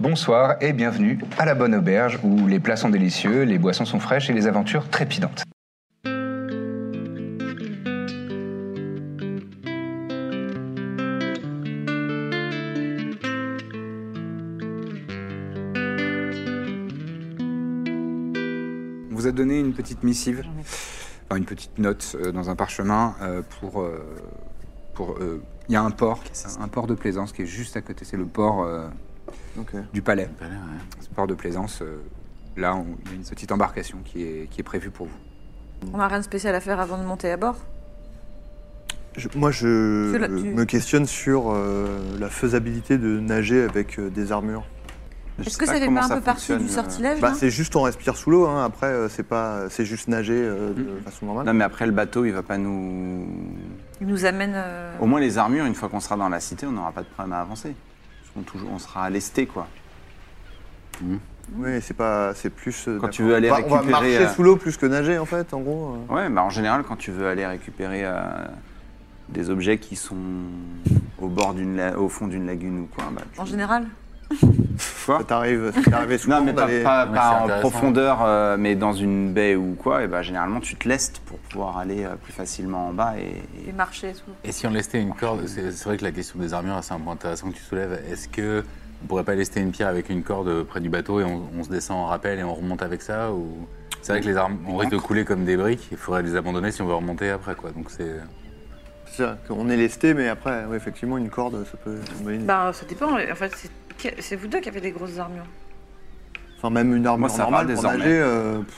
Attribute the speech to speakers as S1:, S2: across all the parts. S1: Bonsoir et bienvenue à la Bonne Auberge où les plats sont délicieux, les boissons sont fraîches et les aventures trépidantes. On vous a donné une petite missive, enfin, une petite note euh, dans un parchemin euh, pour. euh, pour euh, il y a un port, un port de plaisance qui est juste à côté. C'est le port euh, du palais. Ce port de plaisance, euh, là, on- il y a une petite embarcation qui est, qui est prévue pour vous.
S2: On n'a rien de spécial à faire avant de monter à bord.
S3: Je- moi, je
S2: Parce que là,
S3: euh,
S2: tu-
S3: me questionne sur euh, la faisabilité de nager avec euh, des armures.
S2: Est-ce que ça fait pas un peu partie
S1: euh,
S2: du sortilège
S3: Bah,
S2: là
S3: c'est juste on respire sous l'eau. hein. Après, euh, c'est pas, c'est juste nager euh, de façon normale.
S4: Mm-hmm. Non, mais après, le bateau, il va pas nous.
S2: Il nous amène. euh,
S4: Au moins, les armures, une fois qu'on sera dans la cité, on n'aura pas de problème à avancer. Parce qu'on toujours- on sera lesté, quoi.
S3: Oui, c'est pas, c'est plus. euh,
S4: Quand tu
S3: d'accord.
S4: veux aller
S3: on va, on va
S4: récupérer,
S3: marcher
S4: euh,
S3: sous l'eau plus que nager en fait, en gros. euh.
S4: Ouais, bah en général, quand tu veux aller récupérer euh, des objets qui sont au bord d'une la- au fond d'une lagune ou quoi, bah, tu-
S2: En général
S4: Quoi
S3: Ça t'arrive, ça t'est arrivé souvent
S4: Non, mais pas,
S3: d'aller-
S4: pas-
S5: Ouais,
S4: pas
S5: c'est
S4: en
S5: intéressant.
S4: profondeur, euh, mais dans une baie ou quoi, et bah, généralement, tu te lestes pour pouvoir aller euh, plus facilement en bas et.
S2: Et
S4: et-
S2: marcher et tout.
S5: Et si on lestait une corde, c'est c'est vrai que la question des armures, c'est un point intéressant que tu soulèves. Est-ce que on pourrait pas lester une pierre avec une corde près du bateau et on, on se descend en rappel et on remonte avec ça ou... C'est vrai que les armes, on risque de couler comme des briques. Il faudrait les abandonner si on veut remonter après, quoi. Donc c'est.
S3: C'est-à-dire qu'on est lesté, mais après, ouais, effectivement, une corde, ça peut. tomber.
S6: Bah, ça dépend. En fait, c'est- que- c'est vous deux qui avez des grosses armures.
S3: Enfin, même une armure
S4: Moi, ça va
S3: normale pour
S4: désormais.
S3: nager. euh, pff,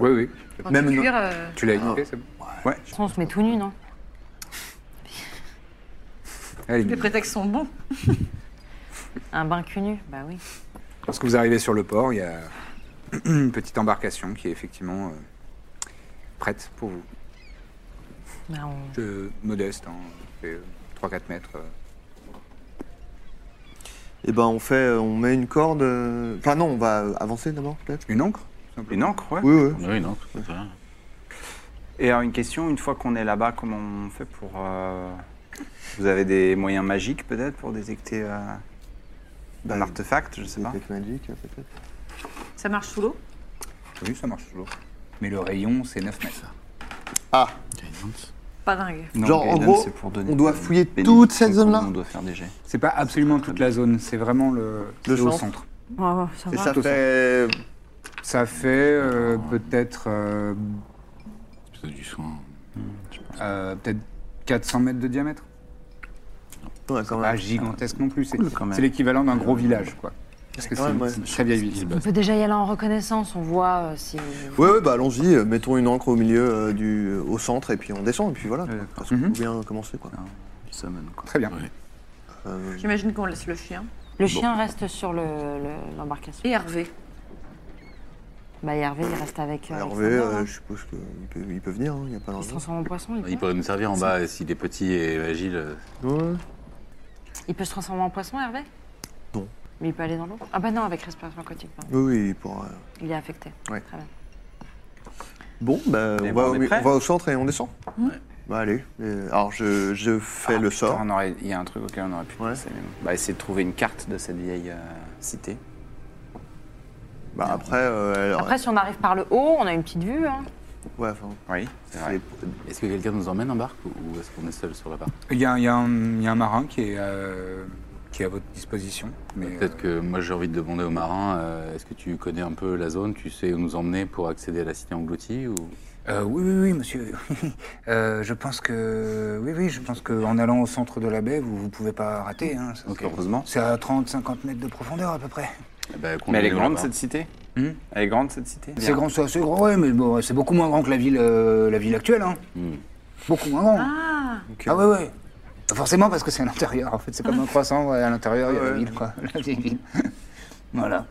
S1: Oui, oui.
S6: Enfin,
S3: Même
S6: du
S3: non.
S6: cuir, euh,
S1: Tu l'as
S3: équipé,
S1: c'est bon.
S7: Ah. On se met tout nu, non
S6: les prétextes sont bons.
S7: Un bain cul nu Bah oui.
S1: Lorsque vous arrivez sur le port, il y a une petite embarcation qui est effectivement euh, prête pour vous.
S7: Bah, on-
S1: Euh, modeste, hein, fait, euh, 3-4 mètres. euh.
S3: Eh ben, on fait, on met une corde. euh, Enfin non, on va avancer d'abord peut-être.
S1: Une encre simplement.
S4: Une encre, ouais.
S3: Oui, oui.
S5: Oui, non, tout à fait.
S4: Et alors, une question, une fois qu'on est là-bas, comment on fait pour. euh, Vous avez des moyens magiques peut-être pour détecter euh,
S3: Bah,
S4: un artefact, je sais pas.
S3: Avec Magic, peut-être.
S6: Ça marche sous l'eau
S1: Oui, ça marche toujours. Mais le rayon, c'est 9 mètres.
S3: Ah,
S6: Pas dingue.
S4: Non,
S3: Genre, en
S4: guidance,
S3: gros,
S4: c'est pour donner
S3: on doit
S4: des-
S3: fouiller
S4: des
S3: toute
S4: indications
S3: cette zone-là
S4: On doit faire des jets.
S1: C'est pas absolument toute la zone, c'est vraiment le,
S3: Le
S1: c'est au centre.
S3: centre.
S7: Oh, ça
S3: Et
S7: va.
S3: ça fait
S1: Ça fait euh, peut-être euh,
S5: C'est plutôt du soin.
S1: euh, peut-être 400 mètres de diamètre.
S3: Ouais, quand
S4: Ah,
S1: Pas
S3: même.
S1: gigantesque non plus. C'est
S4: Cool, quand même.
S1: c'est l'équivalent d'un gros village, quoi. Parce que
S3: Ouais,
S1: c'est une
S3: ouais.
S1: c'est une très vieille
S5: Il
S1: ville.
S5: bat
S7: On peut déjà y aller en reconnaissance, on voit euh, si.
S3: Ouais, ouais, bah allons-y, euh, mettons une encre au milieu, euh, du, euh, au centre, et puis on descend, et puis voilà.
S4: Ouais,
S3: quoi.
S4: d'accord. Ah.
S3: Parce qu'on
S1: Mhm.
S3: peut bien commencer, quoi.
S4: Il summon, quoi.
S1: Très bien.
S3: Euh,
S6: J'imagine qu'on laisse le chien.
S7: Le chien reste sur le- le- l'embarcation.
S6: Et Hervé.
S7: bah, Hervé, il reste avec. euh,
S3: Hervé,
S7: Alexander,
S3: euh,
S7: hein.
S3: je suppose qu'il peut, il peut venir, hein, il n'y a pas
S7: Il se
S3: d'enjeu.
S7: transforme en poisson, il peut.
S5: Il pourrait nous servir en bas et s'il est petit et agile. euh,
S3: Ouais.
S7: Il peut se transformer en poisson, Hervé
S3: Non.
S7: Mais il peut aller dans l'eau Ah, bah non, avec respiration aquatique, pardon.
S3: Oui, oui, il pourra.
S7: Il est affecté.
S3: Ouais.
S7: Très bien.
S3: Bon, bah,
S4: Et
S3: on,
S4: bon,
S3: va,
S4: on
S3: au,
S4: est
S3: mi-
S4: prêt
S3: on va au centre et on descend.
S7: Mmh.
S3: Bah, allez. euh, alors, je, je fais
S4: Ah,
S3: le
S4: putain,
S3: sort.
S4: on aurait- Il y a un truc auquel on aurait pu
S3: Ouais.
S4: penser. mais bon. Bah, essayer de trouver une carte de cette vieille euh, cité.
S3: Bah, après, euh, alors,
S7: Après, si on arrive par le haut, on a une petite vue. Hein.
S3: ouais, enfin,
S4: Oui, c'est vrai.
S5: Est-ce que quelqu'un nous emmène en barque ou- ou est-ce qu'on est seul sur la barque
S1: Il y, a- il y a un il y a un marin qui est, euh, qui est à votre disposition. Mais
S5: Peut-être
S4: euh,
S5: que moi j'ai envie de demander au marin, euh, est-ce que tu connais un peu la zone Tu sais où nous emmener pour accéder à la cité engloutie ou...
S1: Euh, oui, oui, oui, monsieur. Euh, je pense que. Oui, oui, je pense qu'en allant au centre de la baie, vous ne pouvez pas rater. Hein, ça,
S4: Ok,
S1: c'est-
S4: heureusement.
S1: C'est à 30-50 mètres de profondeur à peu près.
S5: Eh ben, qu'on
S4: Mais elle est
S5: aille
S4: grande
S5: là-bas.
S4: cette cité
S1: Hmm
S4: Elle est grande cette cité
S1: C'est grand, c'est assez grand, ouais, mais bon, c'est beaucoup moins grand que la ville, euh, la ville actuelle. Hein. Beaucoup moins grand. Ah, ouais, ouais.
S4: Forcément parce que c'est à l'intérieur, en fait. C'est comme un croissant, ouais, à l'intérieur, il y a la ville, quoi. La vieille ville. Voilà.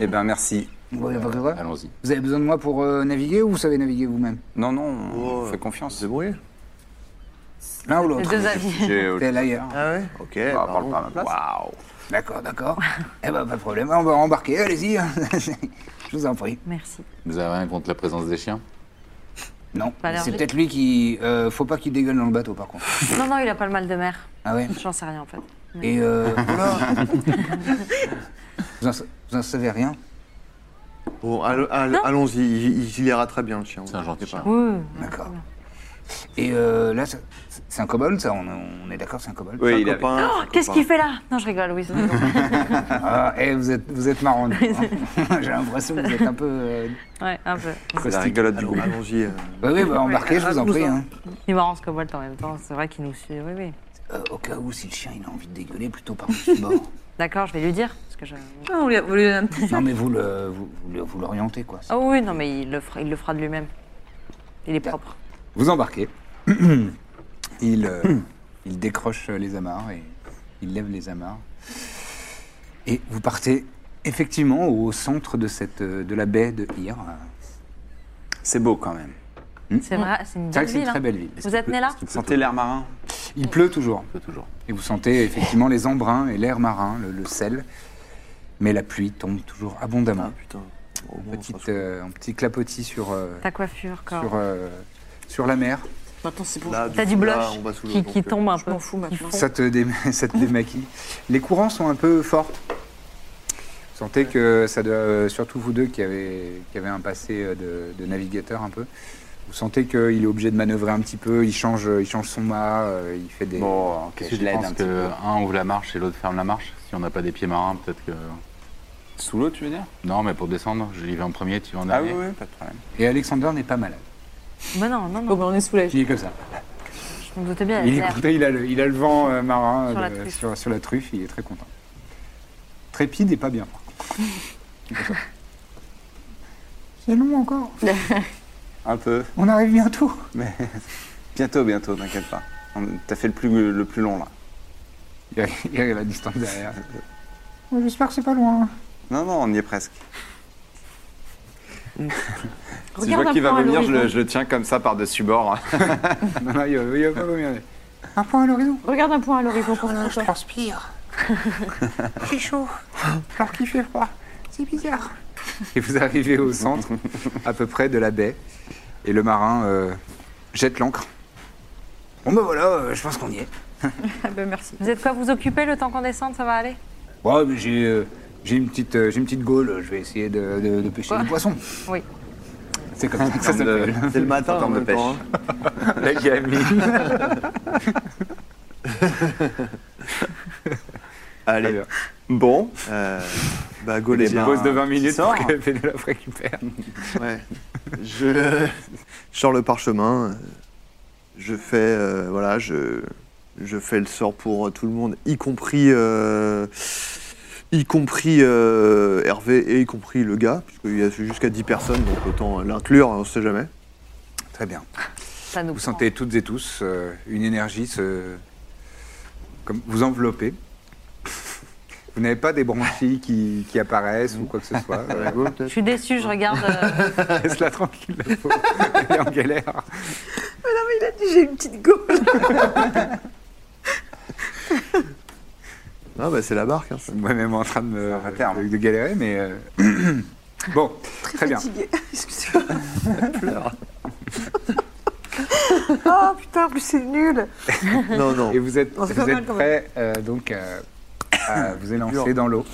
S1: Eh ben merci.
S4: Bon, y a pas que quoi.
S5: Allons-y.
S4: Vous avez besoin de moi pour euh, naviguer ou vous savez naviguer vous-même
S1: Non, non, on fait confiance.
S3: débrouillé.
S4: L'un ou
S7: Les
S4: l'autre
S7: deux avis.
S5: J'ai-
S4: C'est l'ailleurs.
S3: Ah ouais Ok.
S1: Bah,
S3: pardon.
S1: parle pas à ma place.
S4: D'accord, d'accord. eh ben, pas de problème. On va embarquer, allez-y. Je vous en prie.
S7: Merci.
S5: Vous avez rien contre la présence des chiens
S4: Non,
S7: Pas
S4: c'est
S7: allergique.
S4: peut-être lui qui... euh, faut pas qu'il dégueule dans le bateau, par contre.
S7: Non, non, il a pas le mal de mer.
S4: Ah ouais
S7: J'en sais rien en fait.
S4: Et euh, voilà. vous, en, sa- vous en savez rien
S3: Bon, allo- allo- allons-y, il, il- il ira très bien le chien.
S5: C'est un gentil chien.
S7: Oui.
S4: D'accord. Et euh, là, ça- c'est un kobold, ça On, on est d'accord, c'est un kobold
S1: Oui, il
S3: Un
S1: est
S3: copain,
S7: Oh,
S3: un
S7: qu'est-ce
S3: copain.
S7: qu'il fait là Non, je rigole, oui. c'est bon.
S4: Ah, eh, vous êtes, vous êtes marrant. nous, hein. J'ai l'impression que vous êtes un peu... euh,
S7: ouais, un peu.
S1: avec- C'est la rigolote du
S3: Allons-
S1: groupe.
S3: Allons-y. euh,
S4: Oui, oui, bah, embarquez, je vous en prie. hein.
S7: Il est marrant ce cobalt en même temps, c'est vrai qu'il nous suit. Oui, oui.
S4: Euh, au cas où, si le chien il a envie de dégueuler, plutôt par-dessus bord.
S7: D'accord, je vais lui dire. Parce que je...
S6: Ah, vous lui- vous lui donnez un petit-
S4: Non, mais vous le- vous, vous le- vous l'orientez, quoi.
S7: Ah oui, non, mais il le fera, il le fera de lui-même. Il est propre.
S4: Vous embarquez. il, euh, il décroche euh, les amarres et il lève les amarres. Et vous partez effectivement au centre de, cette, euh, de la baie de Hyre.
S1: C'est beau quand même.
S7: C'est vrai, c'est une
S4: C'est vrai que c'est
S7: belle ville.
S4: une très
S7: hein.
S4: belle ville.
S7: Vous êtes né là
S1: Sentez l'air marin.
S4: Il pleut toujours.
S5: Peu toujours.
S4: Et vous sentez effectivement les embruns et l'air marin, le, le sel. Mais la pluie tombe toujours abondamment.
S3: Ah putain. Au moins, Ah, ça
S4: Petite,
S3: se-
S4: euh, un petit clapotis sur, euh,
S7: Ta coiffure,
S4: sur,
S7: corps.
S4: euh, sur la mer.
S6: Maintenant, c'est bon.
S3: Là,
S7: euh, T'as du
S3: coup,
S7: blush
S3: là, on va sous l'eau,
S7: qui,
S3: donc,
S7: qui
S3: euh,
S7: tombe un
S6: Je
S7: peu.
S6: m'en fous maintenant.
S4: Ça te, dé- ça te démaquille. Les courants sont un peu forts. Vous sentez que ça doit, euh, surtout vous deux qui avez, qui avez un passé euh, de, de navigateur un peu, vous sentez qu'il est obligé de manœuvrer un petit peu, il change, il change son mât, euh, il fait des...
S1: Bon, ok,
S5: Je,
S1: je l'aide
S5: pense
S1: un petit
S5: que
S1: peu.
S5: un ouvre la marche et l'autre ferme la marche. Si on n'a pas des pieds marins, peut-être que.
S1: Sous l'eau, tu veux dire
S5: Non, mais pour descendre, je l'y vais en premier, tu vas en
S1: Ah
S5: dernier.
S1: oui, oui, pas de problème.
S4: Et Alexander n'est pas malade.
S7: Bah non, non,
S6: Bon,
S7: non,
S6: ben, on est soulagés.
S4: Il est comme ça.
S7: je me doutais bien.
S4: Il est
S7: l'air.
S4: content, il a le, il a le vent euh, marin
S7: Sur la
S4: de-
S7: truffe.
S4: sur, sur la truffe, il est très content. Trépide et pas bien. par contre. Il est comme ça. C'est long encore.
S1: Un peu.
S4: On arrive bientôt.
S1: Mais bientôt, bientôt, t'inquiète pas. On- T'as fait le plus, le plus long là.
S4: Il y a- il y a la distance derrière. Ouais, J'espère que c'est pas loin.
S1: Non, non, on y est presque. si je
S7: Mm. Regarde
S1: vois qu'il
S7: un
S1: va
S7: point à
S1: vomir, je le,
S7: l'horizon.
S1: je le tiens comme ça par-dessus bord. hein.
S4: Non, non, il y a- il y a pas moyen. Un point à l'horizon.
S7: Regarde un point à l'horizon pour ce soir.
S4: transpire. J'ai chaud. Alors qu'il fait froid. C'est bizarre. Et vous arrivez au centre, à peu près de la baie, et le marin euh, jette l'ancre. Bon ben voilà, euh, je pense qu'on y est.
S6: Ah, ben, merci.
S7: Vous êtes quoi Vous occupez le temps qu'on descende, ça va aller
S4: Ouais, mais j'ai euh, j'ai une petite euh, j'ai une petite gaule. euh, Je vais essayer de, de- de pêcher du poisson.
S7: Oui.
S4: C'est comme ça que ça s'appelle.
S3: C'est le matin en
S1: de
S3: même
S1: pêche.
S3: temps. hein.
S1: La gamine.
S3: Allez.
S1: Bon,
S3: euh, Bah,
S1: les
S4: eh
S3: Golé,
S1: une pause de 20 minutes pour que
S4: Pénélope récupère.
S3: Ouais. Je... je sors le parchemin. euh, Je fais. euh, voilà, je. Je fais le sort pour euh, tout le monde, y compris. euh, y compris euh, Hervé et y compris le gars, puisqu'il y a jusqu'à 10 personnes, donc autant l'inclure, on sait jamais.
S4: Très bien.
S7: Ah, Ça
S4: Vous
S7: nous prend.
S4: sentez toutes et tous euh, une énergie se... Comme vous envelopper. Vous n'avez pas des branchies qui, qui apparaissent ou quoi que ce
S7: Ah,
S4: soit. euh,
S7: Je suis déçue, je regarde. euh,
S4: Laisse-la tranquille, la pauvre. Elle est en galère.
S6: J'ai une petite gaule.
S3: Ah, bah, c'est la barque. hein, ça.
S4: Moi-même en train de me
S1: va faire, hein.
S4: de, de galérer, mais... euh, bon, très bien.
S6: Fatiguée. Excusez-moi. Ah putain, en plus c'est nul.
S3: Non, non.
S4: Et vous êtes,
S6: Non, c'est
S4: vous
S6: pas
S4: êtes
S6: mal, quand
S4: prêts euh, donc euh, à vous élancer
S3: Dur.
S4: dans l'eau.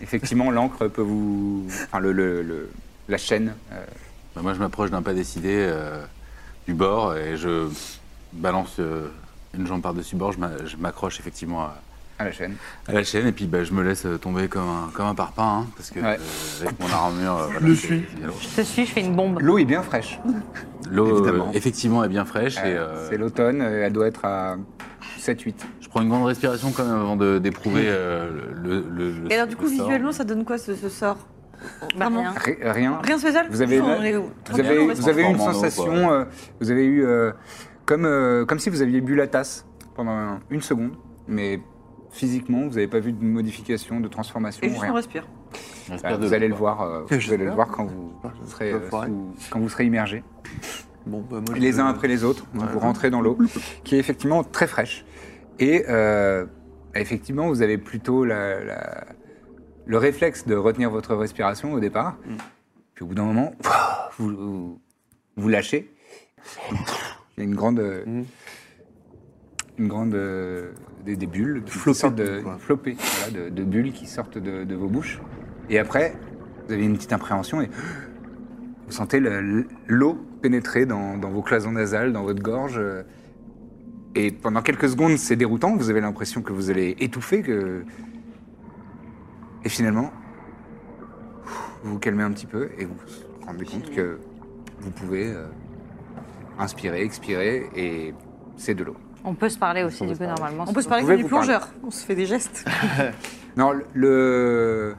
S4: Effectivement, l'encre peut vous... Enfin, le, le- le- la chaîne... euh,
S5: Bah, moi, je m'approche d'un pas décidé euh, du bord et je balance euh, une jambe par-dessus bord. Je m'a- Je m'accroche effectivement à,
S4: à la chaîne.
S5: à la chaîne et puis bah, je me laisse euh, tomber comme un, comme un parpaing hein, parce que
S4: Ouais.
S5: euh, avec mon armure. euh, voilà, c'est- c'est galop.
S7: je te suis, je fais une bombe.
S4: L'eau est bien fraîche.
S5: L'eau,
S4: Évidemment.
S5: euh, effectivement, est bien fraîche et
S4: Euh,
S5: euh,
S4: C'est l'automne, euh, elle doit être à 7-8.
S5: je prends une grande respiration quand même avant de- d'éprouver euh, le, le, le-
S6: Et alors du coup,
S5: le sort.
S6: visuellement, ça donne quoi ce, ce sort
S7: Bah,
S6: Vraiment.
S7: rien.
S4: Ri- Rien.
S6: Rien de spécial
S4: Vous avez,
S6: Non,
S4: la-
S6: on est
S4: vous
S6: tranquille,
S4: avez,
S6: on va se
S4: vous avez eu une
S1: euh,
S5: transformer en eau,
S4: sensation,
S5: quoi.
S4: euh, vous avez eu euh, comme, euh, comme si vous aviez bu la tasse.
S1: pendant un- une seconde, mais physiquement, vous n'avez pas vu de modification, de transformation,
S6: Et juste
S1: rien.
S6: on respire.
S1: Bah, vous allez le voir, euh, vous allez le voir quand vous serez, euh,
S3: Pareil.
S1: sous- quand vous serez immergé.
S3: Bon, bah, moi, je-
S1: les uns après les autres. Donc,
S3: Ouais.
S1: Vous rentrez dans l'eau, qui est effectivement très fraîche. Et euh, effectivement, vous avez plutôt la- la- le réflexe de retenir votre respiration au départ. Puis au bout d'un moment, vous, vous, vous lâchez. Il y a une grande... euh,
S3: Mm.
S1: Une grande... euh, Des, des bulles, qui
S3: Flopée,
S1: sortent de,
S3: quoi.
S1: flopée, voilà, de, de bulles qui sortent de, de vos bouches. Et après, vous avez une petite impréhension et vous sentez le- l'eau pénétrer dans, dans vos cloisons nasales, dans votre gorge. euh, Et pendant quelques secondes, c'est déroutant. Vous avez l'impression que vous allez étouffer. Que... Et finalement, vous vous calmez un petit peu et vous vous rendez compte que vous pouvez euh, inspirer, expirer et c'est de l'eau.
S7: On peut se parler aussi, du coup, normalement.
S6: On peut se
S7: c'est-
S6: parler
S1: pouvez
S6: comme du
S1: vous parler.
S6: plongeur. On se fait des gestes.
S1: Non, le-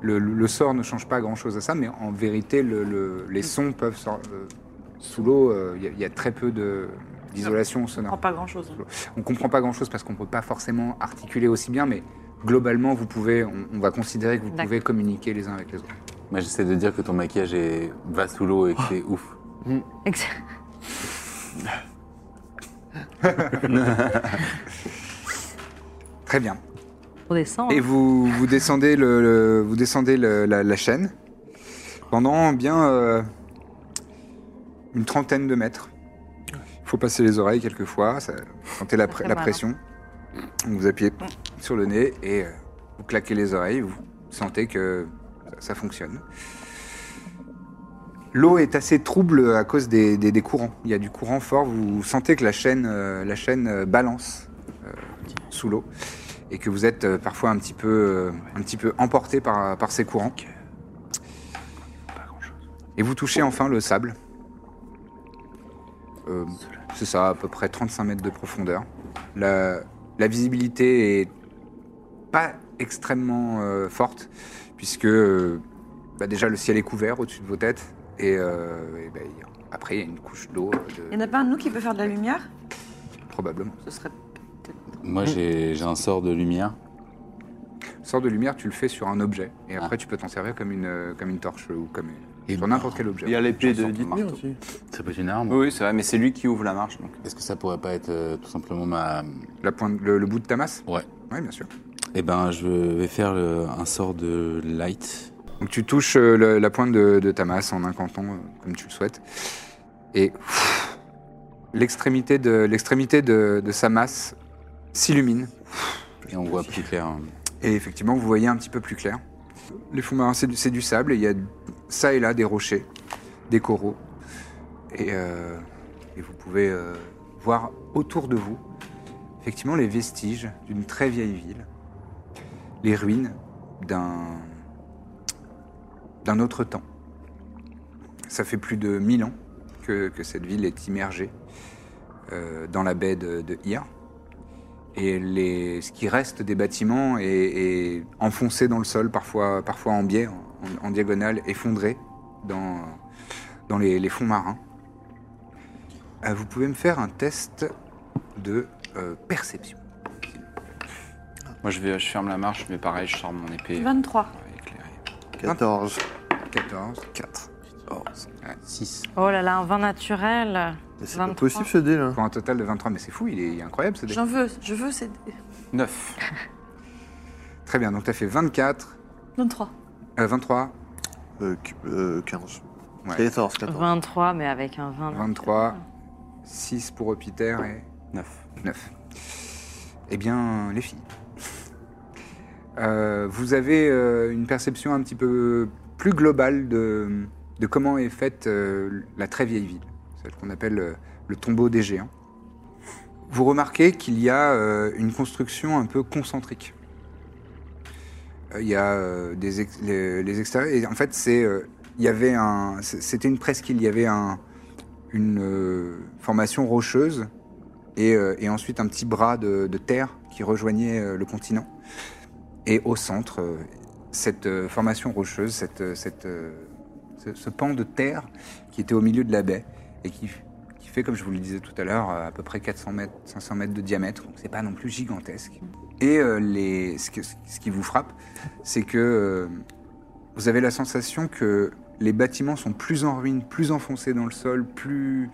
S1: le, le, le sort ne change pas grand-chose à ça, mais en vérité, le- le- les sons peuvent... sor- euh, sous l'eau, euh, il y a- il y, a très peu de- d'isolation
S6: On prend
S1: sonore.
S6: pas grand chose.
S1: On comprend pas grand-chose parce qu'on peut pas forcément articuler aussi bien, mais globalement, vous pouvez, on, on va considérer que vous
S7: D'accord.
S1: pouvez communiquer les uns avec les autres.
S5: Moi, j'essaie de dire que ton maquillage est... va sous l'eau et que c'est ouf.
S7: Ex-
S1: Très bien.
S7: On descend.
S1: Et vous, vous descendez, le, le- vous descendez le- la, la chaîne pendant bien euh, une trentaine de mètres. Il faut passer les oreilles quelquefois, ça, sentez la, pr-
S7: fait
S1: la
S7: mal, hein.
S1: pression. Donc, Vous appuyez sur le nez et euh, vous claquez les oreilles, vous sentez que ça- ça fonctionne. L'eau est assez trouble à cause des, des- des courants. Il y a du courant fort, vous sentez que la chaîne, euh, la chaîne euh, balance euh, sous l'eau et que vous êtes euh, parfois un petit peu, euh, un petit peu emporté par, par ces courants. Et vous touchez enfin le sable. Euh, C'est ça, à peu près 35 mètres de profondeur. La, la visibilité est pas extrêmement euh, forte, puisque euh, bah, déjà le ciel est couvert au-dessus de vos têtes, et, euh, et bah, il y a- après il y a une couche d'eau, euh,
S6: Il n'y en a pas un de nous qui peut faire de la lumière
S1: de- probablement.
S6: Ce serait.
S5: Moi,
S6: Mm.
S5: j'ai j'ai un sort de lumière.
S1: Sort de lumière, tu le fais sur un objet, et
S3: Ah.
S1: après tu peux t'en servir comme une, euh, comme une torche ou comme une- sur n'importe quel objet.
S3: bah, Il y a l'épée de
S1: J'en sors ton
S3: Dithmir
S1: marteau.
S3: aussi.
S5: Ça peut être une arme.
S4: Oui, c'est vrai, mais c'est lui qui ouvre la marche. Donc.
S5: Est-ce que ça pourrait pas être euh, tout simplement ma...
S1: La pointe, le, le bout de ta masse
S5: Ouais.
S1: Oui, bien sûr.
S5: Eh ben, je vais faire le- un sort de light.
S1: Donc tu touches euh, le- la pointe de, de ta masse en incantant euh, comme tu le souhaites. Et pff, l'extrémité de, l'extrémité de, de sa masse s'illumine.
S5: Et on voit plus clair. hein.
S1: Et effectivement, vous voyez un petit peu plus clair. Les fonds marins, c'est du, c'est du sable. Et il y a ça et là des rochers, des coraux. Et, euh, et vous pouvez euh, voir autour de vous, effectivement, les vestiges d'une très vieille ville. Les ruines d'un d'un autre temps. Ça fait plus de 1000 ans que, que cette ville est immergée euh, dans la baie de, de Hyr. Et les, ce qui reste des bâtiments est, est enfoncé dans le sol, parfois, parfois en biais, en, en diagonale, effondré dans, dans les, les fonds marins. Euh, vous pouvez me faire un test de euh, perception.
S4: Moi, je, vais, je ferme la marche, mais pareil, je sors mon épée.
S6: 23.
S4: euh, éclairée.
S3: 14.
S1: 14.
S3: 4.
S7: Oh là là, un vin naturel.
S3: C'est pas
S7: 23.
S3: possible ce dé là.
S1: Pour un total de 23, mais c'est fou, il est, il est incroyable ce dé.
S6: J'en veux, je veux, c'est.
S4: 9.
S1: Très bien, donc tu as fait 24,
S6: 23.
S1: euh, 23,
S3: Euh, qu- euh, 15.
S1: Ouais.
S3: 14, 14.
S7: 23, mais avec un vin.
S1: 23, 6 pour Hopiter et
S4: 9.
S1: 9. Eh bien, les filles, euh, vous avez euh, une perception un petit peu plus globale de, de comment est faite euh, la très vieille ville, celle qu'on appelle euh, le tombeau des géants. Vous remarquez qu'il y a euh, une construction un peu concentrique. Euh, Il y a euh, des ex- les, les extérieurs. Et en fait, c'est, euh, il y avait un, c'est- c'était une presqu'île. Il y avait un- une euh, formation rocheuse et, euh, et ensuite un petit bras de, de terre qui rejoignait euh, le continent. Et au centre, euh, cette euh, formation rocheuse, cette, euh, cette, euh, ce, ce pan de terre qui était au milieu de la baie et qui, qui fait, comme je vous le disais tout à l'heure, euh, à peu près 400 mètres, 500 mètres de diamètre, donc c'est pas non plus gigantesque. Et euh, les, ce, que- ce qui vous frappe, c'est que euh, vous avez la sensation que les bâtiments sont plus en ruine, plus enfoncés dans le sol, plus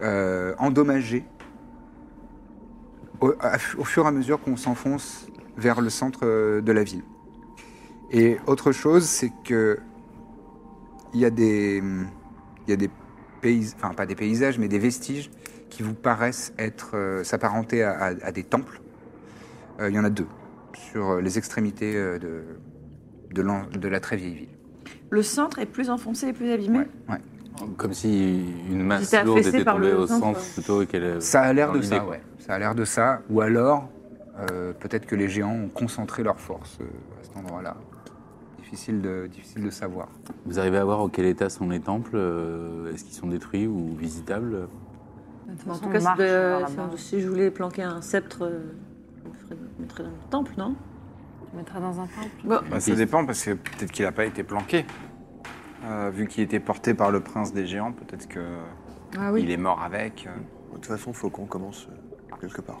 S1: euh, endommagés au, à- au fur et à mesure qu'on s'enfonce vers le centre euh, de la ville. Et autre chose, c'est que il y a des, il y a des paysages, enfin pas des paysages, mais des vestiges qui vous paraissent être euh, s'apparenter à, à- à des temples. Euh, Il y en a deux sur euh, les extrémités euh, de, de, l'an- de la très vieille ville.
S6: Le centre est plus enfoncé et plus abîmé.
S1: Ouais, ouais.
S5: Comme si une masse
S6: J'étais
S5: lourde
S6: affaissée
S5: était
S6: par le
S5: tombée au
S6: centre,
S5: centre
S6: ouais.
S5: plutôt et qu'elle.
S1: Ça a l'air
S5: dans
S1: de
S5: l'idée,
S1: ça,
S5: quoi.
S1: ouais. Ça a l'air de ça. Ou alors, euh, peut-être que les géants ont concentré leurs forces euh, à cet endroit-là. Difficile de, difficile de savoir.
S5: Vous arrivez à voir en quel état sont les temples euh, Est-ce qu'ils sont détruits ou visitables
S6: En tout
S7: on
S6: cas, si,
S7: marche
S6: de-
S7: vers
S6: si
S7: là-bas.
S6: on- si je voulais planquer un sceptre, euh, je le ferais- je le mettrais dans le temple, non
S7: Tu mettras dans un temple
S4: Bah, ça dépend, parce que peut-être qu'il n'a pas été planqué. Euh, vu qu'il était porté par le prince des géants, peut-être que
S6: Ah
S4: il est mort avec. euh.
S3: De toute façon, faut qu'on commence euh, quelque part.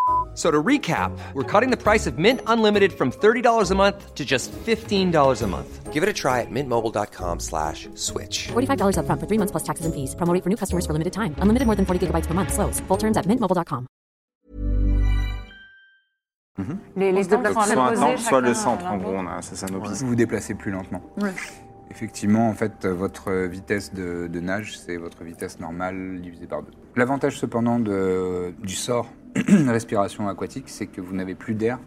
S8: So to recap, we're cutting the price of Mint Unlimited from $30 a month to just $15 a month. Give it a try at mintmobile.com slash switch.
S9: $45 upfront for three months plus taxes and fees. Promo rate for new customers for limited time. Unlimited more than 40 gigabytes per month. Slows. Full terms at mintmobile.com.
S7: Les, les temples
S4: Donc,
S7: sont à
S4: soit un
S7: l'opposé,
S4: temple, soit
S7: chacun
S4: le centre,
S7: à
S4: en
S7: leur
S4: gros, on a- c'est ça nos pistes.
S1: Vous vous déplacez plus lentement.
S6: Ouais.
S1: Effectivement, en fait, euh, votre vitesse de, de nage, c'est votre vitesse normale divisée par deux. L'avantage cependant de- du sort respiration aquatique, c'est que vous n'avez plus d'air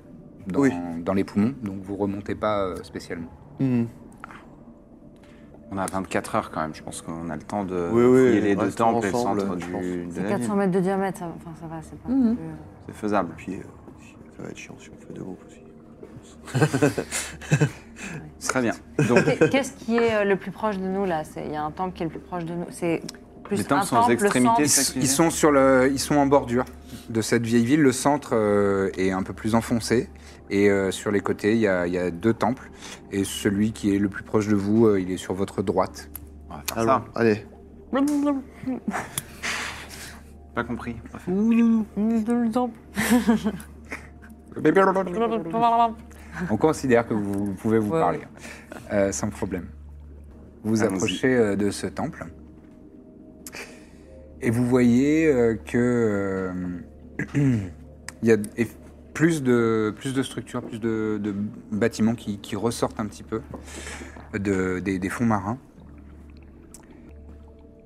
S1: dans,
S3: Oui.
S1: dans les poumons, donc vous remontez pas euh, spécialement.
S4: On a 24 heures quand même, je pense qu'on a le temps de
S3: Oui, oui,
S4: fouiller les deux
S3: restons
S4: temples et le
S3: ensemble,
S4: centre
S3: je
S4: du, de
S7: C'est
S4: la ville.
S7: 400 mètres de diamètre, ça, enfin, ça va, c'est pas. plus-
S4: C'est faisable.
S3: Puis, euh, ça va être chiant si on fait deux groupes aussi.
S4: Très bien. Donc,
S7: Qu'est- Qu'est-ce qui est euh, le plus proche de nous là C'est- Il y a un temple qui est le plus proche de nous. C'est plus
S4: Les temples
S7: un
S4: sont aux
S7: temple,
S4: extrémités,
S7: le
S1: Ils,
S7: centre.
S4: c'est-
S1: ils sont sur le, ils sont en bordure de cette vieille ville. Le centre euh, est un peu plus enfoncé et euh, sur les côtés, il y, a- il y a deux temples. Et celui qui est le plus proche de vous, euh, il est sur votre droite.
S4: on va faire
S1: Ah
S3: Allons,
S4: ça.
S3: allez.
S4: Pas compris.
S7: Le temple.
S1: On considère que vous pouvez vous
S7: Ouais,
S1: parler euh, sans problème. Vous
S4: Allons-y.
S1: approchez euh, de ce temple et vous voyez euh, que euh, il y a eff- plus de, plus de structures, plus de, de bâtiments qui, qui ressortent un petit peu de- des, des fonds marins.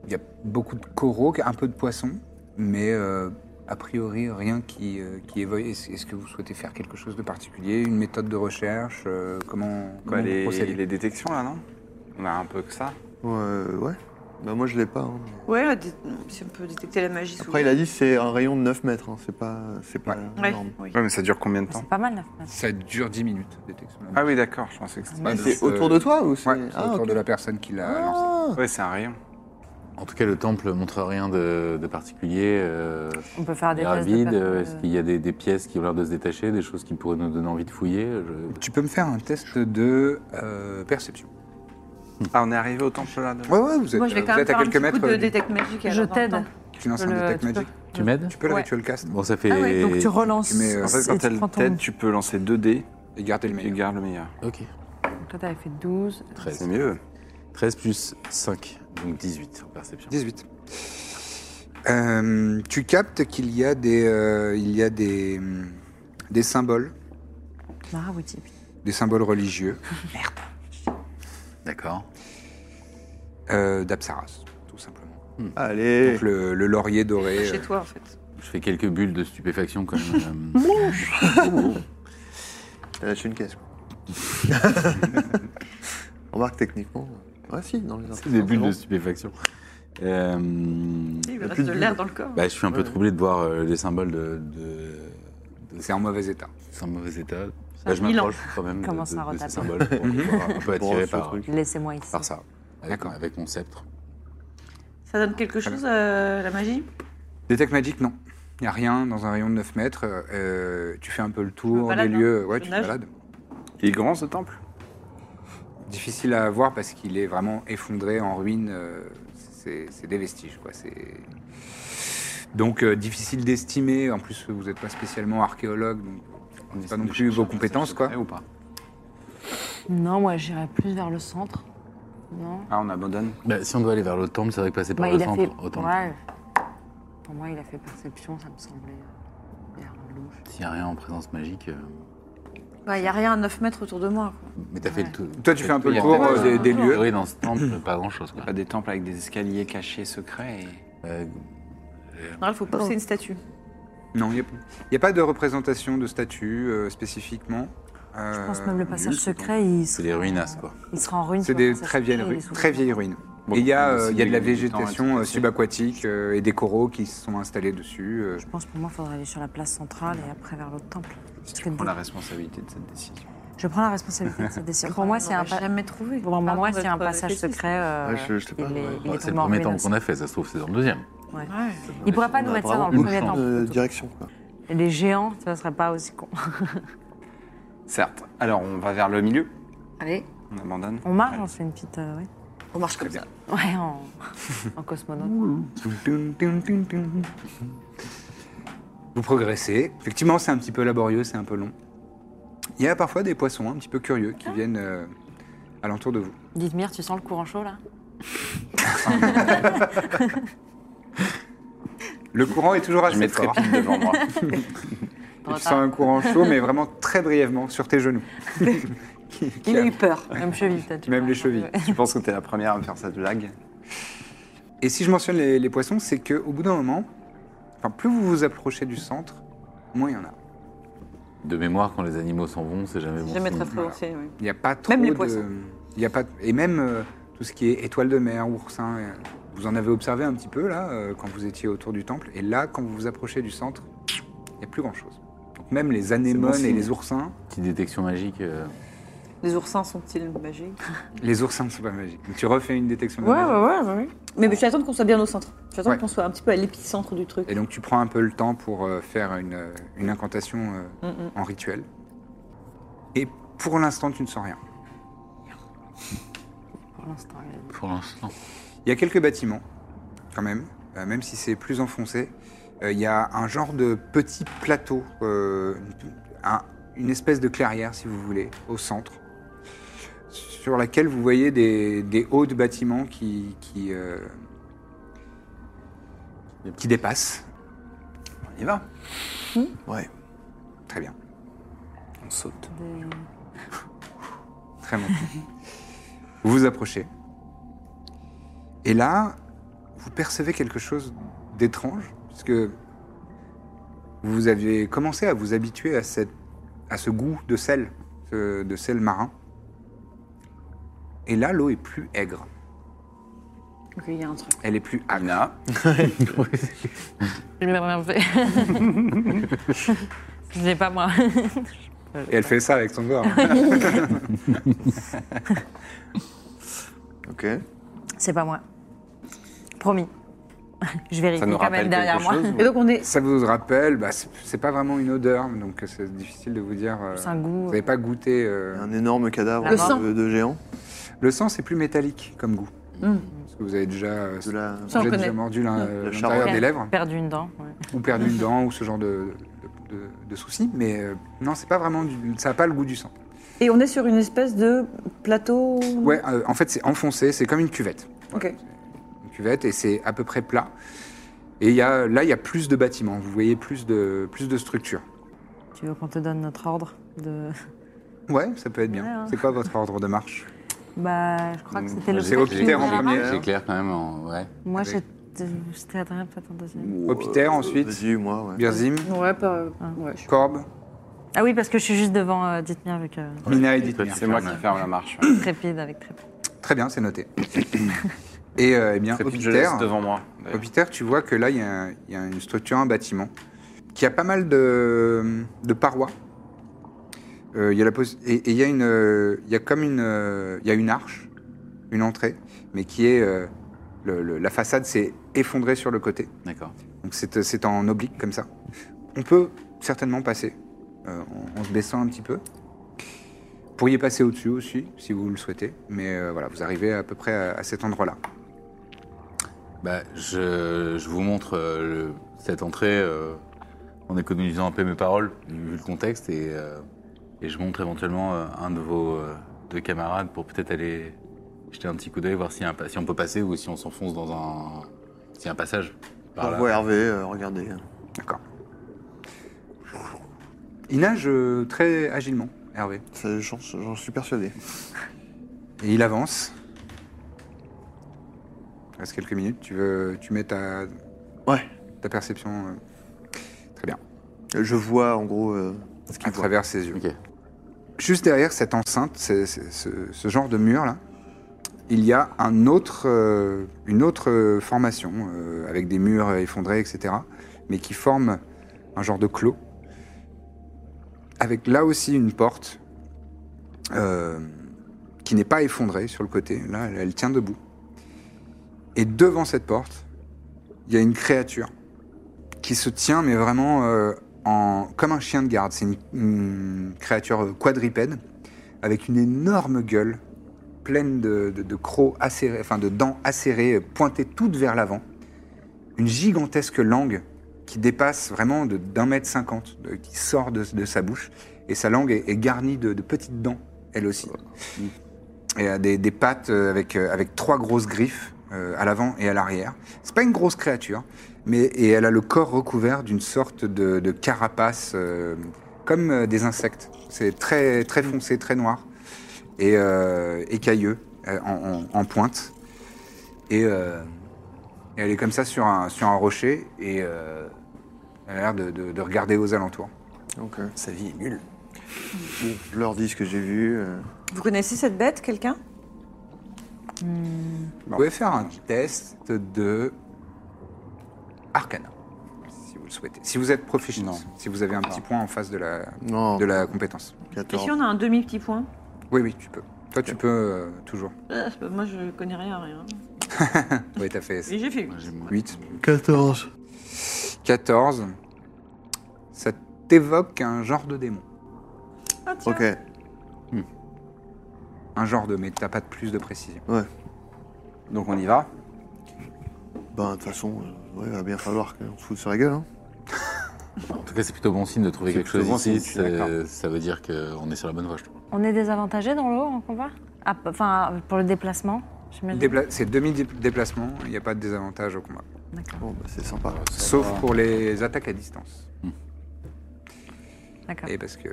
S1: Il y a beaucoup de coraux, un peu de poissons, mais euh, a priori rien qui, euh, qui évoque. Est-ce est-ce que vous souhaitez faire quelque chose de particulier Une méthode de recherche euh, Comment, comment
S4: Quoi,
S1: vous
S4: les,
S1: procédez
S4: les détections là, non On a un peu que ça.
S3: Ouais, ouais. Bah, moi, je l'ai pas. hein.
S6: Ouais, on a dé- si on peut détecter la magie
S3: Après, il a dit c'est un rayon de 9 mètres. hein. C'est pas, c'est pas
S1: Ouais.
S6: Ouais,
S3: énorme.
S6: oui.
S4: Ouais, mais ça dure combien de temps
S7: C'est pas mal là.
S1: Ça dure 10 minutes, détection.
S4: Ah oui, d'accord, je pensais que c'était.
S3: Mais
S1: donc,
S3: c'est
S1: euh,
S3: autour de toi ou c'est
S1: Ouais, c'est
S3: Ah,
S1: autour
S3: ok.
S1: de la personne qui l'a lancé.
S3: Ah.
S4: Ouais, c'est un rayon.
S5: En tout cas, le temple montre rien de, de particulier. euh,
S7: On peut faire des
S5: l'air
S7: tests. de
S5: vide.
S7: personnes,
S5: euh,
S7: euh,
S5: Est-ce qu'il y a des, des pièces qui ont l'air de se détacher, des choses qui pourraient nous donner envie de fouiller Je-
S1: Tu peux me faire un test de euh, perception.
S4: Ah, on est arrivé au temple là. de-
S1: Ouais, ouais, vous êtes,
S6: Moi, je vais
S1: vous
S6: quand même
S1: êtes
S6: faire
S1: à
S6: un
S1: quelques
S6: petit
S1: mètres.
S6: coup de
S1: du-
S6: détecte magique.
S7: Je
S6: alors, dans le
S7: t'aide.
S6: temple.
S1: tu lances un
S7: Le-
S1: detect
S7: tu peux-
S1: magic.
S5: Tu m'aides
S1: Tu peux le
S7: Ouais.
S1: ritual cast
S5: Bon, ça fait.
S7: Ah ouais, donc tu relances.
S1: Mais, euh,
S4: En fait,
S7: et
S4: quand
S7: tu
S4: elle
S7: prends ton-
S4: t'aide, tu peux lancer 2 dés
S1: et garder le
S4: et tu
S1: meilleur.
S4: gardes le meilleur.
S5: Ok.
S7: Toi, t'avais fait 12.
S5: 13.
S4: C'est mieux.
S5: 13 plus 5, donc 18 en perception.
S1: 18. Euh, tu captes qu'il y a des, euh, il y a des, hum, des symboles,
S7: Marabouti.
S1: des symboles religieux
S5: D'accord.
S1: euh, d'Apsaras, tout simplement.
S3: Allez.
S1: Donc le, le laurier doré.
S6: Chez
S1: euh,
S6: toi, en fait.
S5: Je fais quelques bulles de stupéfaction quand même. euh,
S3: T'as lâché une caisse, quoi. Remarque, techniquement. Ouais, si, dans les
S5: C'est des bulles de
S3: dessus.
S5: stupéfaction. Euh,
S6: Il
S3: a
S6: reste
S3: plus
S6: de
S3: de
S6: l'air
S3: bulles.
S6: dans le corps.
S5: bah, je suis un peu troublé de voir euh, les symboles de. de, de
S1: C'est en mauvais état.
S5: c'est un mauvais état.
S6: Ça
S5: Bah, je
S6: a mille ans.
S5: m'approche quand même de,
S7: Commence
S5: de-
S7: à
S5: de ces
S7: retaper.
S5: symboles pour pouvoir un peu attiré
S3: ce
S5: par,
S3: truc.
S7: Laissez-moi ici.
S5: par ça. avec, avec mon sceptre.
S6: Ça donne quelque chose, euh, la magie
S1: Détecte magique, non. Il n'y a rien dans un rayon de 9 mètres. euh, tu fais un peu le tour des
S6: balade,
S1: lieux.
S6: hein.
S1: Ouais,
S6: Je
S1: tu te
S6: nage.
S1: balades. Il est grand ce temple Difficile à voir parce qu'il est vraiment effondré, en ruine. euh, c'est c'est des vestiges, quoi. C'est. Donc euh, difficile d'estimer. En plus, vous n'êtes pas spécialement archéologue, donc c'est pas non plus vos compétences, quoi.
S4: Ou pas
S7: Non, moi j'irais plus vers le centre. Non
S4: Ah, on abandonne
S5: Bah, si on doit aller vers le temple, c'est vrai que passer par
S7: Bah,
S5: le
S7: il a
S5: centre,
S7: fait.
S5: autant.
S7: Ouais. Pour moi, il a fait perception, ça me semblait. euh, vers le louche.
S5: S'il n'y a rien en présence magique. euh,
S6: Bah, il n'y a rien à 9 mètres autour de moi. quoi.
S5: Mais t'as fait le tour.
S1: Toi, tu fais un peu
S5: Il y a
S1: le tour,
S5: peut-être,
S1: euh, des- des
S5: a
S1: lieux.
S5: priori, dans ce temple, pas grand chose.
S4: Pas des temples avec des escaliers cachés, secrets. et-
S6: En général, il faut pousser une statue.
S1: Non, il n'y a, il y a pas de représentation de statue euh, spécifiquement. Euh,
S7: Je pense
S4: Euh,
S7: même le passage
S1: secret.
S7: secret, il
S5: C'est
S7: sera,
S5: des ruinasses, quoi.
S7: il sera en ruine.
S1: C'est
S7: sur
S1: des
S7: le passage
S1: très vieilles,
S7: secret, il est
S1: ruines,
S7: sous-
S1: très vieilles ruines.
S4: Bon,
S1: et il y a,
S4: on
S1: euh,
S4: décide
S1: il y a de la
S4: des habitants,
S1: végétation euh,
S4: etc.
S1: subaquatique euh, et des coraux qui sont installés dessus. euh.
S7: Je pense pour moi, il faudrait aller sur la place centrale et après vers l'autre temple. Parce que
S4: Tu prends
S7: dès-
S4: la responsabilité de cette décision.
S7: Je prends la responsabilité de cette décision. Pour moi, c'est un,
S6: J'aurais
S7: pa-
S6: jamais trouvé.
S7: pour moi,
S6: Pardon
S7: moi, c'est un
S6: d'être, euh,
S7: passage
S6: fétiste.
S7: secret. euh,
S3: Ouais, je- je sais pas,
S7: il est-
S3: ouais.
S7: il est
S5: Bah, c'est le
S7: complètement
S5: premier temple
S7: ruinasse.
S5: qu'on a fait, ça se trouve, c'est dans le deuxième.
S7: Ouais.
S6: Ouais.
S7: Il pourrait pas nous
S3: On a
S7: mettre ça dans
S3: vraiment
S7: le
S3: beaucoup
S7: premier temple.
S3: de direction. Quoi.
S7: Les géants, ça serait pas aussi con.
S4: Certes. Alors, on va vers le milieu.
S7: Allez,
S4: On abandonne.
S7: on marche, on se fait une petite. euh, ouais.
S2: On marche comme ça.
S7: Ouais, en, en cosmonaute.
S1: Vous progressez. Effectivement, c'est un petit peu laborieux, c'est un peu long. Il y a parfois des poissons un petit peu curieux qui viennent euh, alentour de vous.
S7: Dithmir, tu sens le courant chaud là
S1: Le courant est toujours
S4: Je
S1: assez
S4: mets
S1: fort.
S4: Trépide devant moi.
S1: Tu sens un courant chaud, mais vraiment très brièvement sur tes genoux. Qui- qui
S7: Il a
S1: a-
S7: eu peur. Même cheville, peut-être.
S1: Même les chevilles.
S4: Je pense que t'es la première à me faire cette blague.
S1: Et si je mentionne les, les poissons, c'est qu'au bout d'un moment, enfin, plus vous vous approchez du centre, moins il y en a.
S5: De mémoire, quand les animaux s'en vont, c'est jamais bon.
S6: Jamais
S5: signe.
S6: très prononcé, oui.
S1: Il n'y a pas trop
S6: les
S1: de-
S6: poissons.
S1: Il y a pas... Et même euh, tout ce qui est étoile de mer, oursin, euh, vous en avez observé un petit peu là, euh, quand vous étiez autour du temple. Et là, quand vous vous approchez du centre, il n'y a plus grand-chose. Donc même les anémones et
S5: signe.
S1: les oursins,
S5: Petite détection magique. euh,
S6: Les oursins sont-ils magiques
S1: les oursins ne sont pas magiques. Donc, tu refais une détection de
S6: Ouais, ouais,
S1: magie.
S6: ouais, ouais, ouais. Mais je vais attendre qu'on soit bien au centre. Je vais attendre
S1: Ouais.
S6: qu'on soit un petit peu à l'épicentre du truc.
S1: Et donc tu prends un peu le temps pour euh, faire une, euh, une incantation euh,
S6: Mm, mm.
S1: en rituel. Et pour l'instant, tu ne sens rien.
S7: Pour l'instant, il a-
S5: Pour l'instant.
S1: Il y a quelques bâtiments, quand même, euh, même si c'est plus enfoncé. Euh, il y a un genre de petit plateau, euh, une- un- une espèce de clairière, si vous voulez, au centre, sur laquelle vous voyez des, des hauts de bâtiments qui, qui, euh, qui dépassent.
S4: On y va.
S3: Ouais.
S1: Très bien.
S4: On saute.
S1: Très bon. vous vous approchez. Et là, vous percevez quelque chose d'étrange, puisque vous avez commencé à vous habituer à, cette, à ce goût de sel, ce- de sel marin. Et là, l'eau est plus aigre,
S6: Ok, il y a un truc.
S1: elle est plus âcre.
S7: Je l'ai rien fait. Je l'ai pas moi.
S1: Et elle fait ça avec son doigt. hein.
S3: Ok.
S7: C'est pas moi. Promis. Je vérifie
S4: Ça nous
S7: quand même
S4: rappelle
S7: derrière
S4: quelque
S7: moi.
S4: chose
S6: Et donc on est.
S1: ça vous rappelle, bah, c'est c'est pas vraiment une odeur, donc euh, c'est difficile de vous dire. euh,
S7: C'est un goût,
S1: Vous n'avez
S7: euh,
S1: pas goûté.
S3: Il
S1: euh,
S3: y a Un énorme cadavre euh,
S7: Le sang.
S3: de, de géant.
S1: Le sang, c'est plus métallique comme goût.
S6: Mm.
S1: Parce que vous avez déjà, euh,
S3: De la...
S1: vous
S6: Ça, on
S1: avez
S6: connaît.
S1: déjà mordu
S7: Mm.
S1: l'in- euh,
S3: Le
S1: l'intérieur
S3: charbon.
S1: des lèvres,
S7: Perdu une dent. ouais.
S1: ou perdu une dent, ou ce genre de, de- de- de soucis. Mais euh, non, c'est pas vraiment du- ça n'a pas le goût du sang.
S6: Et on est sur une espèce de plateau.
S1: Ouais, euh, en fait, c'est enfoncé, c'est comme une cuvette.
S6: Ok.
S1: Une cuvette, et c'est à peu près plat. Et il y a, là, il y a plus de bâtiments, vous voyez plus de, plus de structures.
S7: Tu veux qu'on te donne notre ordre de...
S1: Ouais, ça peut être bien.
S7: Ouais, hein.
S1: C'est quoi votre ordre de marche
S7: Bah, je crois que c'était le
S1: C'est
S7: pacte
S1: Hopiter en
S7: général.
S1: premier.
S5: C'est clair, quand même. en- Ouais.
S7: Moi,
S1: Avec-
S7: j'étais- c'était Adrien, peut-être en deuxième.
S1: Hopiter,
S3: Euh,
S1: ensuite.
S3: Vas-y, moi, ouais.
S1: Birzim,
S6: Ouais, pas. euh, Ouais.
S1: Corbe,
S7: Ah oui, parce que je suis juste devant euh, Dithmir avec euh,
S1: Mina et Dithmir.
S4: C'est moi qui ferme la marche.
S7: Trépide, avec Trépide.
S1: Très bien, c'est noté. et euh, eh bien,
S4: Trépide, je
S1: Hopiter-
S4: laisse devant moi. d'ailleurs.
S1: Hopiter, tu vois que là, il y, a un- il y a une structure, un bâtiment, qui a pas mal de, de parois. Euh, il y a la posi- et et il y a une, euh, il y a comme une, euh, il y a une arche une entrée, mais qui est. euh, le- le- la façade s'est effondrée sur le côté.
S5: D'accord.
S1: Donc c'est c'est en oblique comme ça. On peut certainement passer euh, en, en se baissant un petit peu. Vous pourriez passer au-dessus aussi, si vous le souhaitez. Mais euh, voilà, vous arrivez à peu près à, à cet endroit-là.
S5: Bah, je, je vous montre euh, le- cette entrée euh, en économisant un peu mes paroles, vu le contexte, et, euh, et je montre éventuellement euh, un de vos euh, deux camarades pour peut-être aller jeter un petit coup d'œil, voir si, si on peut passer ou si on s'enfonce dans un, s'il y a un passage.
S3: On voit Hervé, euh, regardez.
S1: D'accord. Il nage euh, très agilement, Hervé.
S3: Ça, J'en j'en suis persuadé.
S1: Et il avance. Il reste quelques minutes. Tu veux, tu mets ta,
S3: Ouais.
S1: ta perception euh, très bien
S3: Je vois en gros euh, ce
S1: à
S3: qu'il voit.
S1: travers ses yeux.
S5: Ok.
S1: Juste derrière cette enceinte, c'est- c'est- ce, ce genre de mur là, il y a un autre, euh, une autre euh, formation euh, avec des murs effondrés, etc. Mais qui forme un genre de clos, avec là aussi une porte euh, qui n'est pas effondrée sur le côté. Là, elle, elle tient debout. Et devant cette porte, il y a une créature qui se tient, mais vraiment euh, en, comme un chien de garde. C'est une, une créature quadrupède, avec une énorme gueule, pleine de, de- de crocs acérés, enfin de dents acérées, pointées toutes vers l'avant. Une gigantesque langue qui dépasse vraiment de- d'un mètre cinquante, de- qui sort de, de sa bouche. Et sa langue est, est garnie de, de petites dents, elle aussi. Et a des, des pattes euh, avec, euh, avec trois grosses griffes euh, à l'avant et à l'arrière. C'est pas une grosse créature, mais et elle a le corps recouvert d'une sorte de, de carapace, euh, comme euh, des insectes. C'est très, très foncé, très noir, et euh, écailleux, euh, en, en- en pointe. Et, euh, et elle est comme ça sur un, sur un rocher, et euh, elle a l'air de, de- de regarder aux alentours.
S3: Donc,
S4: Sa vie est nulle.
S3: je leur dis ce que j'ai vu. euh.
S2: Vous connaissez cette bête, quelqu'un
S1: Vous pouvez faire un test de Arcana, si vous le souhaitez. Si vous êtes professionnel, si vous avez un petit point en face de la,
S3: Non,
S1: de la compétence.
S6: Et
S3: 14.
S6: si on a un demi-petit point
S1: Oui, oui, tu peux. Toi, tu peux euh, toujours.
S6: Ah, c'est pas- Moi, je connais rien à rien.
S1: Oui, t'as fait
S6: Et j'ai fait.
S5: J'ai-
S1: 8.
S3: 14.
S1: 14. Ça t'évoque un genre de démon.
S6: Ah, tiens.
S3: Ok.
S1: Un genre de, mais t'as pas de plus de précision.
S4: Donc on y va.
S3: Ben, de toute façon, euh, ouais, il va bien falloir qu'on se foute sur la gueule. Hein.
S5: En tout cas, c'est plutôt bon signe de trouver
S4: C'est
S5: quelque chose
S4: plutôt bon signe,
S5: ici.
S4: je suis
S5: c'est-
S4: d'accord.
S5: Ça veut dire qu'on est sur la bonne voie, je trouve.
S7: On est désavantagé dans l'eau en combat Ah, p- Enfin, pour le déplacement, j'imagine.
S1: Dépla- c'est demi-déplacement, il n'y a pas de désavantage au combat.
S3: Bon, bah, c'est sympa.
S1: Sauf pour les attaques à distance.
S4: Hmm.
S7: D'accord,
S1: Et parce que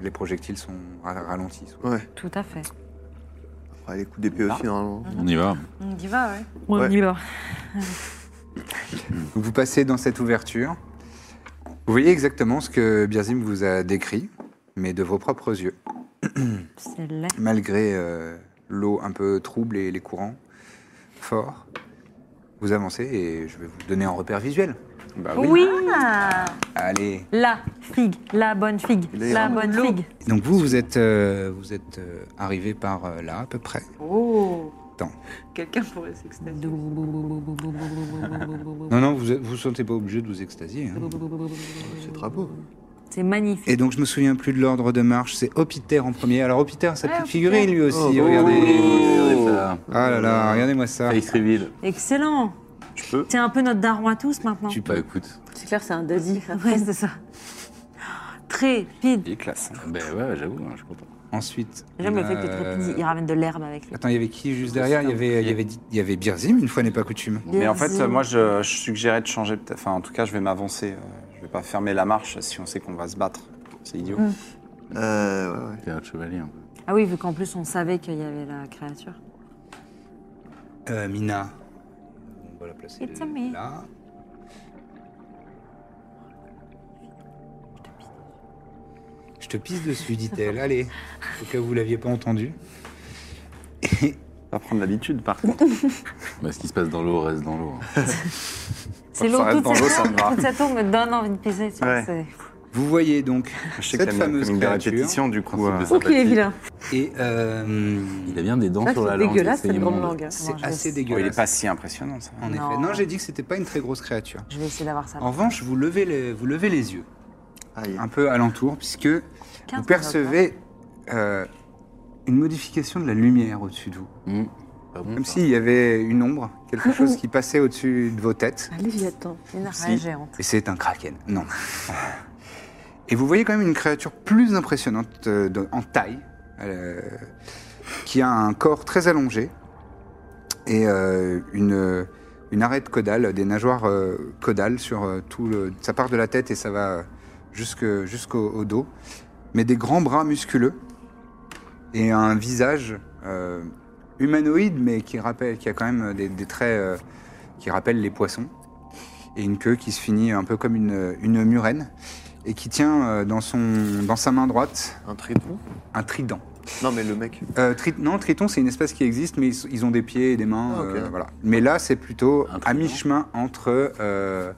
S1: les projectiles sont ra- ralentis. soit.
S3: Ouais.
S7: tout à fait.
S3: Après, Ah, les coups d'épée
S4: Ah.
S3: aussi, normalement.
S5: On y va.
S6: On y va, ouais.
S3: Ouais.
S7: On y va.
S1: Donc, Vous passez dans cette ouverture. Vous voyez exactement ce que Birzim vous a décrit, mais de vos propres yeux.
S7: C'est laid.
S1: malgré euh, l'eau un peu trouble et les courants forts, vous avancez et je vais vous donner un repère visuel. Bah
S7: Oui
S1: Allez.
S7: La figue, la bonne figue,
S3: Il est
S7: la
S3: en
S7: bonne
S6: l'eau.
S7: figue.
S1: Donc vous, vous êtes, euh, vous êtes euh, arrivé par euh, là à peu près.
S6: Oh
S1: Attends.
S6: Quelqu'un pourrait s'extasier.
S1: Non, non, vous ne vous sentez pas obligé de vous extasier. hein.
S3: C'est très beau.
S7: C'est magnifique.
S1: Et donc je me souviens plus de l'ordre de marche, c'est Hopiter en premier. Alors Hopiter, sa petite
S6: Hopiter.
S1: figurine lui aussi, regardez.
S5: Regardez ça.
S1: Ah là là, regardez-moi
S4: Ah.
S1: ça.
S5: Face reveal.
S7: Excellent
S5: Je peux
S7: C'est un peu notre daron à tous maintenant.
S5: Tu peux. Bah, écoute.
S2: C'est clair, c'est un daddy.
S7: Ouais, c'est ça. Très pide.
S4: Il est classe.
S5: Ben ouais, j'avoue, hein, je suis content.
S1: Ensuite.
S7: J'aime
S1: on
S7: le fait que tu es
S1: a-
S7: très pide. Il ramène de l'herbe avec lui.
S1: Attends, il y avait qui juste derrière il y, avait, il, y avait, il y avait Birzim, une fois n'est pas coutume.
S4: Mais en fait,
S7: Vas-y.
S4: euh, moi, je, je suggérais de changer. peut-être- Enfin, en tout cas, je vais m'avancer. euh, Je vais pas fermer la marche si on sait qu'on va se battre. C'est idiot.
S3: Euh, ouais, ouais.
S5: T'es un chevalier. hein.
S7: Ah oui, vu qu'en plus on savait qu'il y avait la créature.
S1: Euh, Mina. On va la placer
S7: It's a me.
S1: là. Je te pisse dessus, dit-elle. Allez, au cas où vous l'aviez pas entendu.
S4: On va prendre l'habitude, par contre.
S5: Bah, ce qui se passe dans l'eau reste dans l'eau. hein.
S4: ça
S7: C'est l'eau,
S4: reste
S7: toute,
S4: dans l'eau,
S7: cette
S4: ça
S7: eau-
S4: me va.
S7: toute cette eau me donne envie de pisser. Tu vois,
S4: Ouais.
S7: c'est-
S1: Vous voyez donc
S5: sais que
S1: cette
S5: t'aimes bien
S1: fameuse
S5: comme une
S1: créature.
S5: répétition, du coup,
S1: euh,
S5: de sympathie. Oh, qu'il est vilain.
S1: Et euh,
S5: Il a bien des dents
S1: Ça,
S5: sur
S1: c'est
S5: la langue.
S1: dégueulasse,
S5: c'est
S1: cette grande
S5: immonde.
S1: langue. C'est Moi, je assez vais- dégueulasse.
S5: Oh, il est pas si impressionnant, ça.
S1: en effet, non, j'ai dit que c'était pas une très grosse créature.
S7: Je vais essayer d'avoir ça.
S1: En revanche, vous levez les, vous levez les yeux un peu alentour, puisque vous
S7: minutes,
S1: percevez euh, une modification de la lumière au-dessus de vous. Comme s'il y avait une ombre, quelque chose qui passait au-dessus de vos têtes.
S2: Léviathan.
S7: Une
S1: Si.
S7: araignée géante.
S1: Et c'est un kraken. Non. Et vous voyez quand même une créature plus impressionnante euh, de- en taille, euh, qui a un corps très allongé et euh, une, une arête caudale, des nageoires euh, caudales sur euh, tout le. Ça part de la tête et ça va jusque- jusqu'au au dos, mais des grands bras musculeux et un visage euh, humanoïde, mais qui rappelle, qui a quand même des, des traits euh, qui rappellent les poissons et une queue qui se finit un peu comme une, une murène et qui tient euh, dans, son, dans sa main droite
S3: un triton.
S1: Un trident.
S3: Non, mais le mec.
S1: Euh, tri- non, triton, c'est une espèce qui existe, mais ils, ils ont des pieds et des mains.
S3: Ah, ok.
S1: euh, voilà. Mais là, c'est plutôt à mi-chemin entre, euh,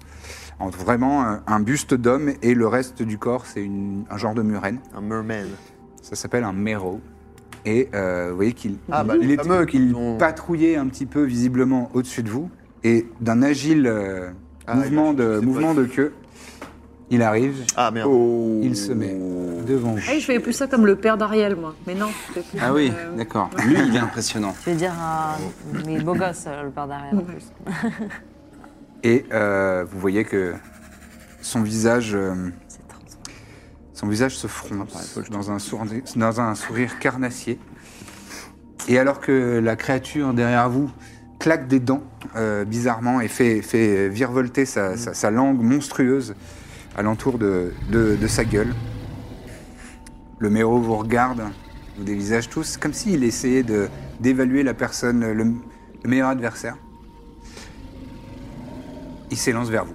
S1: entre vraiment un, un buste d'homme et le reste du corps, c'est une- un genre de murène.
S3: Un mermaid.
S1: Ça s'appelle un mero. Et euh, vous voyez qu'il
S3: Ah, bah, les
S1: il est-
S3: fameux qu'ils
S1: il
S3: ont-
S1: patrouillait un petit peu visiblement au-dessus de vous, et d'un agile euh,
S3: Ah,
S1: mouvement,
S3: il a changé
S1: de,
S3: ses
S1: mouvement de queue, il arrive,
S3: Ah merde.
S1: il se met devant vous.
S6: Ah, je fais plus ça comme le père d'Ariel, moi. Mais non. je fais plus,
S4: Ah oui,
S6: euh,
S4: d'accord. Lui, il est impressionnant.
S7: Je vais dire un. Mais beau gosse, euh, le père d'arrière.
S1: Et euh, vous voyez que son visage, euh, son visage se fronce dans un, sourdi- dans un sourire carnassier. Et alors que la créature derrière vous claque des dents euh, bizarrement et fait, fait virevolter sa, sa- sa langue monstrueuse alentour de, de- de sa gueule, le méro vous regarde, vous dévisage tous, comme s'il essayait de- d'évaluer la personne, le- le meilleur adversaire. Il s'élance vers vous.